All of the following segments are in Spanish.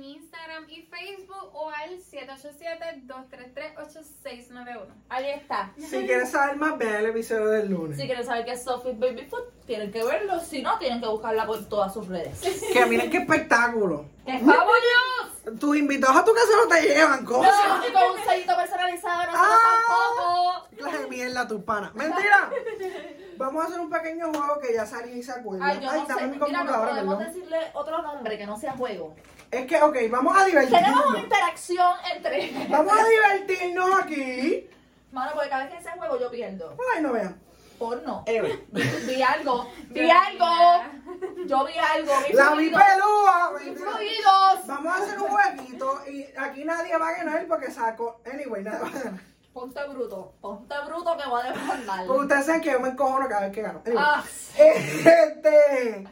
Instagram y Facebook o al 787-233-8691. Ahí está. Si quieres saber más, vean el episodio del lunes. Si quieren saber qué es Sophie's Baby Food, tienen que verlo. Si no, tienen que buscarla por todas sus redes. Que miren qué espectáculo. ¡Qué fabuloso! Tus invitados a tu casa no te llevan, No, cosas. y con un sellito personalizado, nosotros Ah. tampoco. Clase de mierda, tus panas. ¡Mentira! Vamos a hacer un pequeño juego que ya salió y se acuerda. Ay, yo no está sé. en mi Mira, no computadora, podemos perdón. decirle otro nombre que no sea juego. Es que, ok, vamos a Tenemos una divertirnos. interacción entre... Vamos a divertirnos aquí. Mano, porque cada vez que sea juego yo pierdo. Ay, no vean. Porno. Anyway. Vi algo. Vi Yo algo. Yo vi algo. Vi La vi fluido, pelúa. vi mentira. fluidos. Vamos a hacer un jueguito y aquí nadie va a ganar porque saco. Anyway, nada va a ganar. Ponte bruto. Ponte bruto que voy a demandar. Porque ustedes saben que yo me encojono cada vez que gano. Anyway. Ah, Este,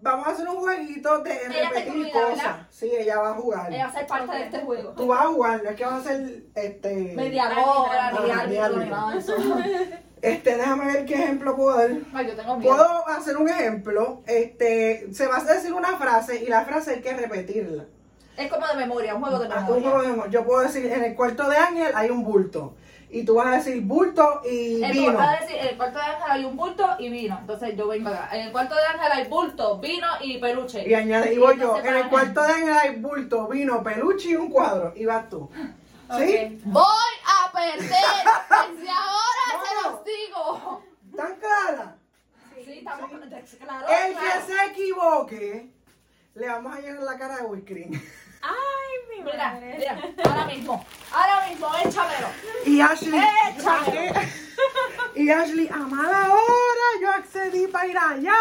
vamos a hacer un jueguito de Ella está repetir incluida, cosas. ¿verdad? Sí, ella va a jugar. ella va a ser parte de este juego. Tú vas a jugar, no es que vas a ser este. Mediadora, Árbitra, ni no, árbitro, ni ni árbitro. nada de eso. Este, déjame ver qué ejemplo puedo dar. Ay, yo tengo miedo. Puedo hacer un ejemplo. Este, se va a decir una frase y la frase hay que repetirla. Es como de memoria, un juego de Haz Ah, un juego memoria. de memoria. Yo puedo decir, en el cuarto de Ángel hay un bulto. Y tú vas a decir bulto y El vino. cuarto, de, decir, en el cuarto de Ángel hay un bulto y vino. Entonces yo vengo acá. En el cuarto de Ángel hay bulto, vino y peluche. Y añade, y voy yo, entonces en el va- cuarto de Ángel hay bulto, vino, peluche y un cuadro. Y vas tú. ¿Sí? Ok. Voy a perder. Desde ahora No. se los digo. ¿Tan clara? Sí, estamos sí. claro. El que claro. se equivoque, le vamos a llenar la cara de whiskey. Ay, mi Mira, madre. mira, ahora mismo. Ahora mismo, échamelo. Y Ashley. Échale. y Ashley, a mala hora, yo accedí para ir allá.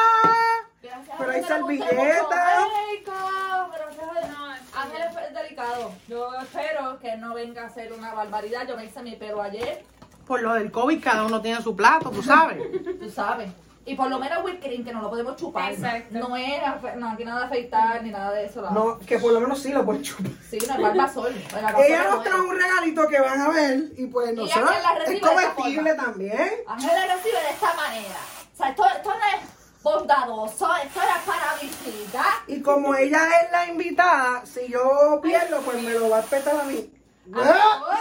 Gracias Pero a hay Dios que le gusta servilletas. mucho. Ay, cabrón, gracias a Dios. No, sí. Ángel es fe- delicado. Yo espero que no venga a ser una barbaridad. Yo me hice mi pelo ayer, Por lo del COVID, cada uno tiene su plato, tú sabes. tú sabes. Y por lo menos Wilkerin, que no lo podemos chupar. Exacto. No era, fe- no, aquí nada de afeitar ni nada de eso. la- No, que por lo menos sí lo puedes chupar. Sí, no es barbasol. la barbasol Ella no nos es. trajo un regalito que van a ver y pues nosotros Ángel la recibe de es esta comestible forma. también. Ángel lo recibe de esta manera. O sea, esto, esto no es bondadoso, esto era para visitar. Y como ella es la invitada, si yo pierdo, pues me lo va a petar a mí. ¿Eh? Ah,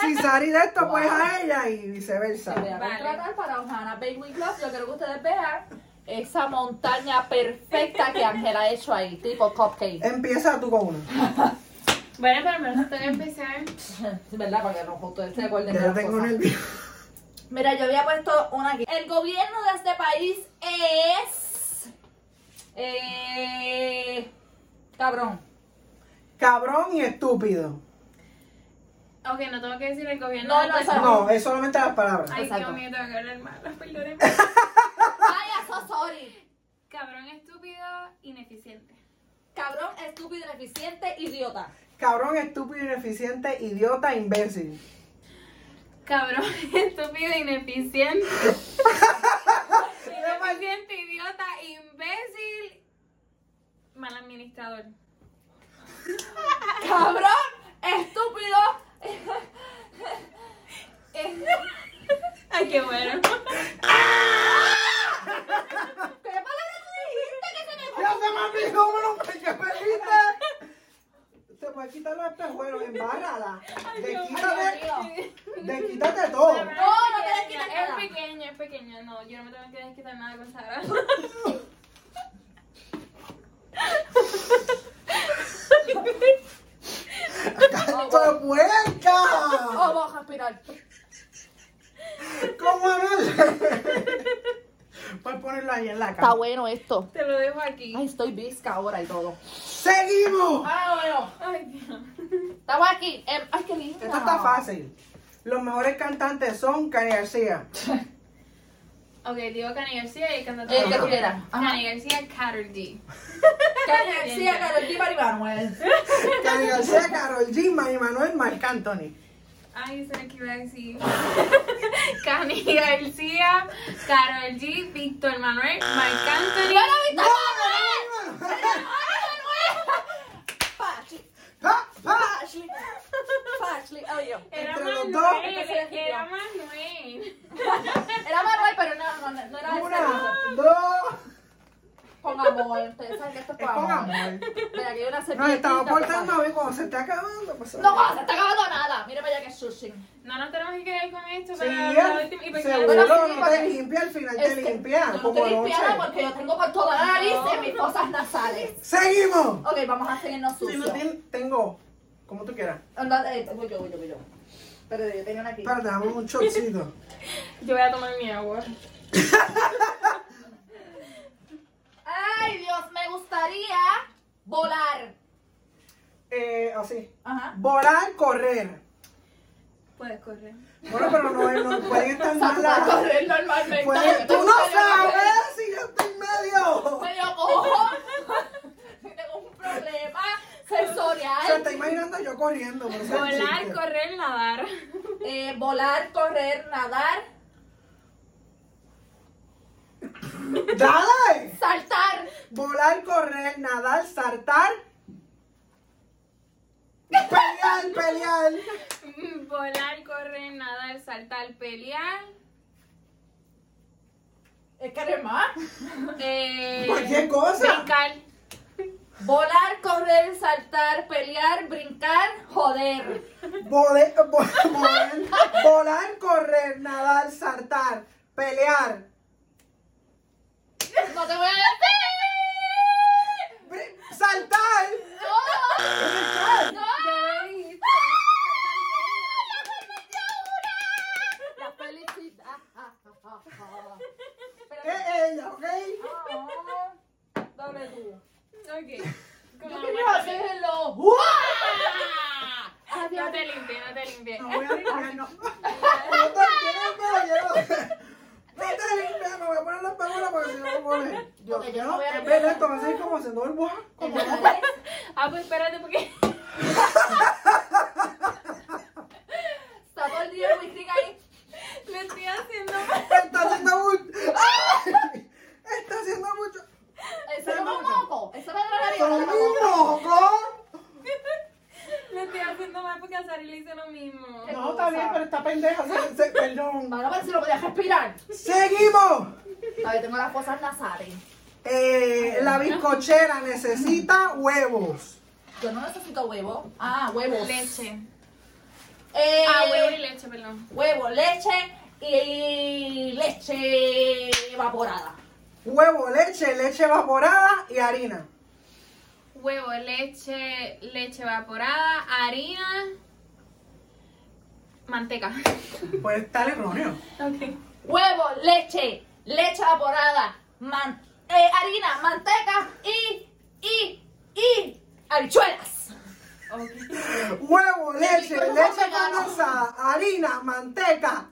Si Sari de esto, Wow. pues a ella y viceversa. Te voy a Vale. contratar para Ojana Baby Club. Yo quiero que ustedes vean esa montaña perfecta que Ángela ha hecho ahí, tipo cupcake. Empieza tú con una. Bueno, pero me lo estoy empezando. Es verdad, para que no ustedes se acuerden de Ya las tengo cosas. nervios. Mira, yo había puesto una aquí. El gobierno de este país es. Eh, cabrón. Cabrón y estúpido. Ok, no tengo que decir el gobierno. No, de no, Puerto- esa- No, es solamente las palabras. Ay, Exacto. Dios mío, tengo que hablar mal. Perdónenme. Vaya, so sorry. Cabrón estúpido, ineficiente. Cabrón, estúpido, ineficiente, idiota. Cabrón, estúpido, ineficiente, idiota, imbécil. Cabrón estúpido, ineficiente. ineficiente, idiota, imbécil. Mal administrador. Cabrón, estúpido. Ay, qué bueno. ¿Qué palabra tú dijiste que se me ¡Ya se me olvidó uno pues, que perdiste! Te puedes quitar los espejuelos, embárrala. De quítate, de quítate todo. no te le quites Es nada. pequeño, es pequeño. No, yo no me tengo que desquitar nada con Sara. ¡Canto de Oh, puerca! vamos a respirar. ¿Cómo hablarle? Puedes ponerlo ahí en la Está cama. bueno esto. Te lo dejo aquí. Ay, estoy visca ahora y todo. ¡Seguimos! Ah, bueno. Ay, Dios. Estamos aquí. Em, ay, qué lindo. Esto está fácil. Los mejores cantantes son Cani García. Ok, digo Cani García y el cantante. El Eh, que tú quieras. Ajá. Cani García, Carol G. Carmen García, Carol G. Mari Manuel. Cani García, Carol G, Manny Manuel, Marc Anthony. Ay, eso es lo que iba a decir. Cani García, Carol G, Víctor Manuel, Marc Anthony. ¡No lo viste, ¡No, no, no, no, no! Pachli, ¡Pa, pa! Pachli, Pachli. Oye, Era Entre los Manuel, dos. era Manuel. era Manuel, pero no, no, no era de Una, servicio. dos. Con amor. Ustedes saben que esto es con con amor. amor. Mira, que hay una Nos servilleta. estamos portando a papá. ver cuando se está acabando. Pues, No, no, se está acabando nada. Mira para allá que es sushi. No nos tenemos que quedar con esto Sí, para ya. la última. Y pues para seguro Bueno, sí, pues. no porque- te limpia, al final Es te que limpia, Este, Yo no como estoy limpiada anoche. porque yo tengo por toda la nariz en No. mis fosas nasales. ¡Seguimos! Ok, vamos a seguirnos Si no sucios. tien- tengo, como tú quieras. Anda, eh, voy yo, voy yo, voy yo. Pero yo tengo una aquí. Espérate, dame un chorcito. Yo voy a tomar mi agua. Ay, Dios, me gustaría volar. Eh, así. Ajá. Volar, correr. Puedes correr. Bueno, pero no, eh, no pueden estar mal Voy a las- correr normalmente. Pueden- Ah, Pues, ¡Tú no Voy a correr. sabes si yo estoy medio! Me dio cojo. Tengo un problema sensorial. Se está imaginando yo corriendo. por eso es un Volar, chiste. correr, nadar. Eh, volar, correr, nadar, ¡Dale! saltar. eh. Volar, correr, nadar, saltar. Pelear, pelear. Mm, Volar, correr, nadar, saltar, pelear. Es que eres más. Eh, Cualquier cosa. Brincar. Volar, correr, saltar, pelear, brincar, joder. Vole- vo- volar, volar, correr, nadar, saltar, pelear. No te voy a decir. br- Saltar. No. No. Ya lo dijiste. La felicidad. Espérate. Es ella, ¿ok? Ah, Dame tú. Ok. Como Yo la quería muerte. hacerlo. Ah, No te limpies, no te limpies. No voy a limpiar, no. No te limpies, pero yo no. No te limpias, me voy a poner la palabra porque si no me pone. Yo, Porque yo no no, voy a en vez de esto, va a ser como haciendo el boja. Como Ah, pues espérate porque. Está todo el día muy rica ahí. Le estoy haciendo Está haciendo mucho. ¡Ay! Está haciendo mucho. Eso es un moco. Eso me da la ¡Son nariz. mis mocos! Le estoy haciendo mal porque a Sari le hice lo mismo. ¿Qué? No, está bien, pero está pendeja. Se- se- Perdón. Ahora ver si pues lo podías respirar. Seguimos. Todavía tengo las fosas nasales. Eh, la bizcochera necesita huevos. Yo no necesito huevo. Ah, huevos. Leche. Eh, Ah, huevo y leche, perdón. Huevo, leche y leche evaporada. Huevo, leche, leche evaporada y harina. Huevo, leche, leche evaporada, harina, manteca. Pues está erróneo. Ok. Huevo, leche, leche evaporada, man- eh, harina, manteca y, y, y habichuelas. Huevo, leche, bizcocho leche vegano. condensada, harina, manteca,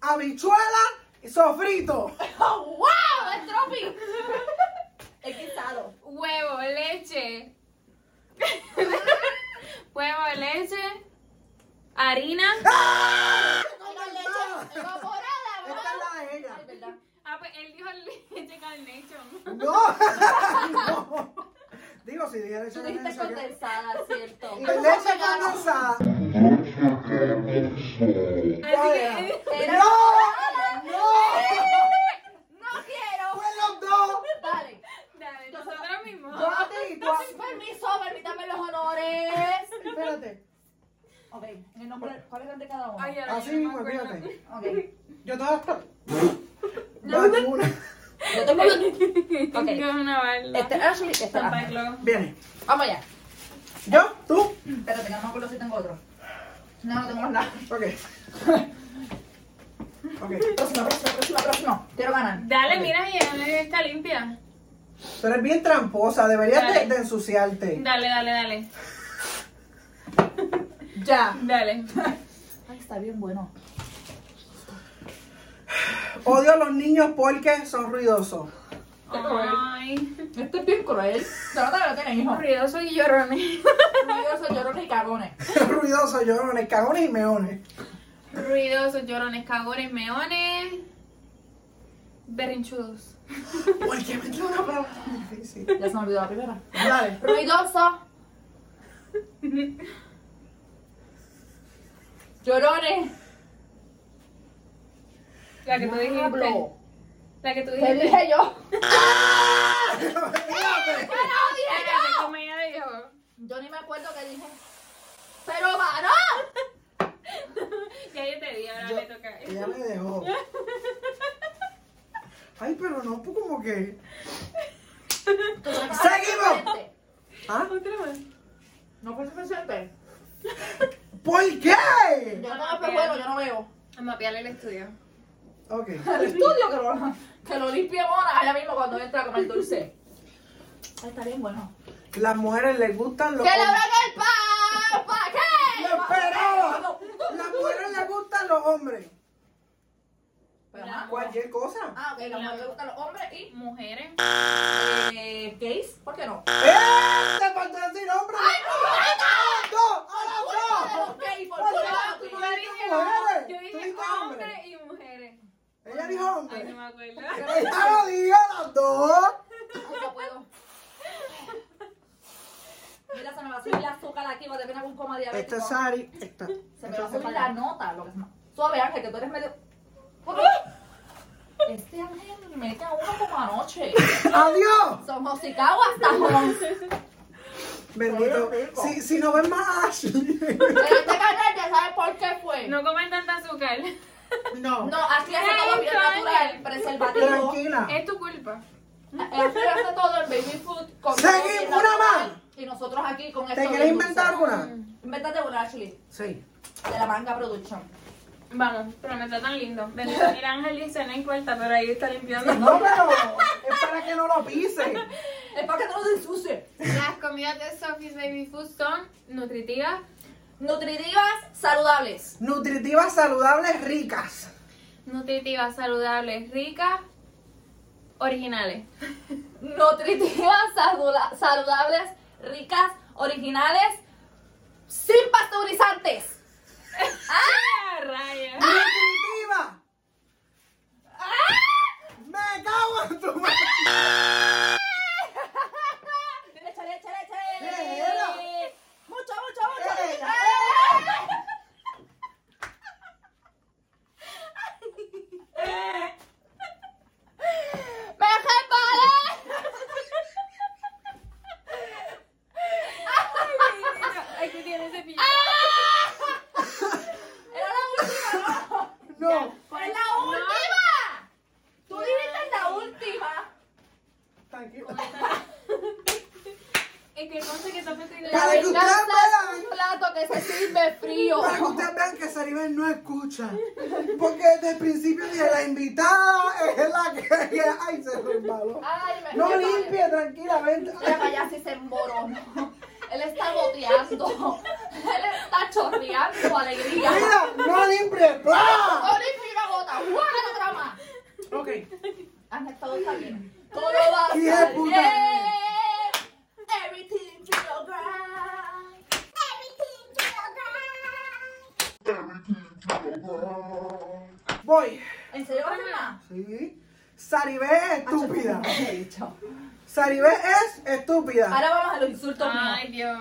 habichuela y sofrito. ¡Oh, ¡Wow! ¡Es tropi! He quitado. Huevo, leche. Huevo, leche, harina. Tengo leche evaporada, ¿verdad? Esta es la de ella. Ay, ¿verdad? Ah, pues él dijo leche carnation. No. No. Digo, si dije leche Tú dijiste condensada. condensada, que- ¿cierto? Y leche condensada. Don't forget to Así Vaya. que. Era- ¡No! ¡No! ¡No quiero! ¡Fue los dos! Dale. Dale, nosotros mismos. Yo a ti y tú a- Sin permiso, permítame los honores. Espérate. Ok, en el nombre, ¿cuál es el de cada uno? Ay, ahora Así yo no me mismo, acuerdo. fíjate. Ok. Yo te voy a estar. Vacuna. Yo tengo Tengo Ok. una balda. Este Ashley, este Santa Ashley. Claus. Viene. Vamos allá. ¿Yo? ¿Tú? Espérate, que no me acuerdo si tengo otro. No, no tengo nada. Ok. Ok. Próximo, próximo, próximo, próximo. Quiero ganar. Dale, mira, ya está limpia. Tú eres bien tramposa, deberías de, Dale. de ensuciarte. Dale, dale, dale. Ya. Dale. Ay, está bien bueno. Odio a los niños porque son ruidosos. Ay. Este es bien cruel. No, no, no tienen hijo. Ruidoso y llorones. Curioso, llorones y cagones. ruidosos, llorones, cagones y meones. Ruidosos, llorones, cagones, meones. Berrinchudos. ¿Por qué me entró una palabra tan difícil? Ya se me olvidó la primera. Dale. Ruidoso. Llorones. La que tú dijiste. Diablo. La que tú ¿Qué dijiste. dije yo? Fíjate. ¡Carajo, dije Yo ni me acuerdo que dije. ¡Pero varón! Ya yo te di, ahora Yo- le toca a él. Ella me dejó. Ay, pero no, pues como que. ¡Seguimos! ¿Ah? Otra más. No fue suficiente. ¿Por qué? Yo no me juego, yo no veo. A mapear el estudio. Ok. El estudio que lo, que lo limpie Mona allá mismo cuando entra a comer dulce. Ay, está bien bueno. Las mujeres les gustan ¡Que los le hombres. abran el pan! ¿Para qué? ¡Lo esperaba! Las mujeres les gustan los hombres. Pero, ajá. Cualquier cosa. Ah, ok, las mujeres le gustan los hombres y. Mujeres. Eh, gays, ¿por qué no? ¡Eh! ¡Te faltó decir hombre! ¡No! ¡Ahora Los gays, ¿por Hola, qué tú no? no eres- dije mujeres, Yo tú dije dijiste hombre y mujeres. no! Ella dijo Ay, no hombre. me acuerdo. ¡Ella lo dijo las dos! Ay, no puedo. Mira, se me va a subir el azúcar aquí, voy a tener un coma diabético. Esta es Sari. Esta. Se me va a subir la nota, lo que es más. Suave, Ángel, que tú eres medio. Este Ángel me mete a uno como anoche. ¡Adiós! Somos Chicago hasta Jones. Bendito. Si, si no ven más a Ashley. Pero este canal ya sabe por qué fue. No, No comen tanta azúcar. No. aquí hace todo bien natural, preservativo. Tranquila. Es tu culpa. Aquí hace todo el baby food. Con Seguí, todo bien una natural. más. Y nosotros aquí con esto. ¿Te de querés inventar dulce. una? Invéntate una, Ashley. Sí. De la manga production. Vamos, pero me tratan lindo. Bendito, mira, Ángel dice, no importa, pero ahí está limpiando. No, pero es para que no lo pise. Es para que no lo ensucie. Las comidas de Sophie's Baby Food son nutritivas, Nutritivas, saludables. Nutritivas, saludables, ricas. nutritivas, saludables, ricas, originales. Nutritivas, saludula- saludables, ricas, originales, sin pasteurizantes. ¡Ah, raya! Nutritiva. ¡Ah! Me cago en tu madre. Échale, échale, échale. Era. Mucho, mucho, mucho. Era. ¡Eh! ¡Me separé! Aquí tienes cepillo. Era la última, ¿no? No. ¡Es la última! ¡Tú dijiste la última! Tranquila. Es que conste que está protegida. Para que ustedes Venganza es vean. un plato que se sirve frío. Para que ustedes vean que Saribel no escucha. Porque desde el principio dije, la invitada es la que... que- Ay, se resbaló. Ay, me No me- limpie, tranquilamente. me- me- ya sí se emboronó. Él está goteando. Él está chorreando alegría. Mira, no limpie. ¡Bla! Ahora y una gota. ¡Guárdate otra más! Ok. Ángel, todo está bien. Todo va a Hija de estar puta. bien. Everything to your grind. Everything to your grind. Voy. ¿En serio vas a hacer más? Sí. Saribel es estúpida. He dicho. Saribel es estúpida. Ahora vamos a los insultos míos. Ay, Dios.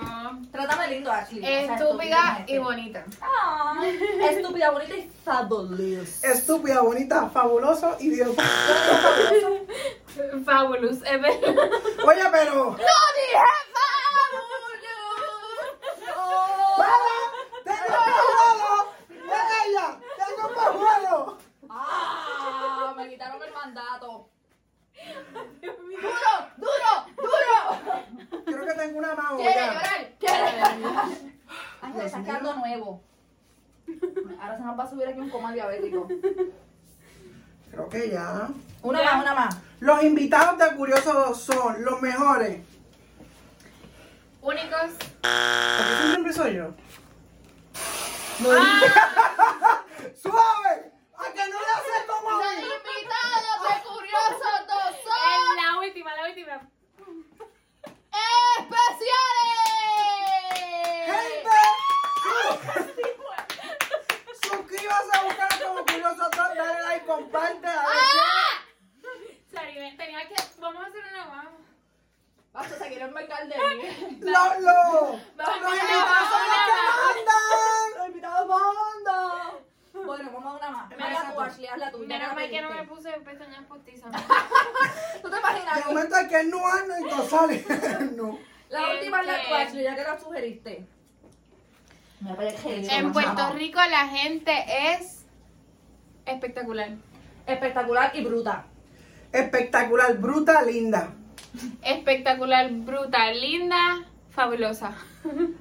Trátame lindo, Ashley. Estúpida y bonita. bonita. Estúpida, bonita y fabulous. Estúpida, bonita, fabuloso, idiota. Fabulous, es verdad. Oye, pero... ¡No dije fabulous! ¡Para! ¡No! ¡Tengo pajuelo! ¡Es ella! ¡Tengo pajuelo! ¡Ah! Me quitaron el mandato. ¡Duro! ¡Duro! ¡Duro! Creo que tengo una más ¡Quiere ahora. llorar! ¡Quiere Ángel, saca algo nuevo. Ahora se nos va a subir aquí un coma diabético. Creo que ya. Una más, una más. Los invitados de Curioso son los mejores. Únicos. ¿Por qué siempre soy yo? Ah, ¡Suave! ¡A que no le haces como a Los mí! invitados de Curiosos dos es la última, la última. especiales. ¡Gente! Suscríbase a buscar como Curioso Son, dale like, comparte, dale Sorry, tenía que. Vamos a hacer una más. Vas a seguir en de mí. Los, los, los Vamos, invitados son los que vamos. mandan. Los invitados manda. Bueno, vamos a una más. Hazla tú, Ashley, hazla tú. ya Menos la mal que no me pediste. puse pestañas postizas. ¿Tú te imaginas? De momento aquí es no y no sale. no. La Eh, última hablar que- tú, Ashley, ya que la sugeriste. Me parece que- En Puerto Rico la gente es espectacular. Espectacular y bruta. Espectacular, bruta, linda. Espectacular, bruta, linda, fabulosa.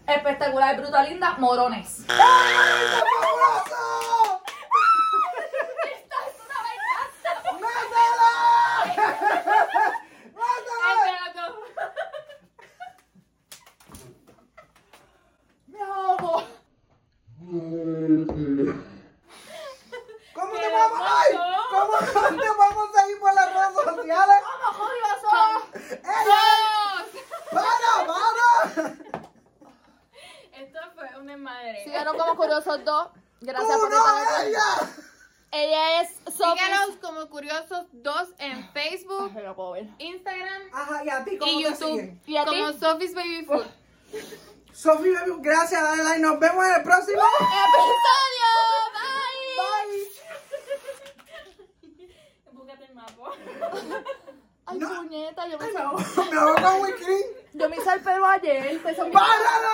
Espectacular, bruta, linda, morones. ¡Fabuloso! Esta es una venganza. ¡Mátala! ¡Mátala! Ay, pero tú- Me ahogo. ¿Cómo te Pero vamos? ¡Ay! no. ¿Cómo te vamos a ir por las redes sociales? ¡Cómo curioso! ¡Ella! ¡Ah! ¡Dos! ¡Para, para! Esto fue un desmadre. Síganos como curiosos dos. Gracias ¡Tú por no, estar aquí. ella! Ella es Sophie. Síganos como Curiosos 2 en Facebook, Me lo puedo ver. Instagram Ajá, y a ti, ¿cómo te y YouTube siguen? ¿Y a ti? como Sophie's Baby Food. Sofía, gracias, dale like. Nos vemos en el próximo. ¡Episodio! ¡Bye! Bye. Búscate el mapa. Ay, No. puñeta, yo me, Ay, hice, me ahogo, me ahogo con Wikidin. yo me hice el pelo ayer. Pues son ¡Para,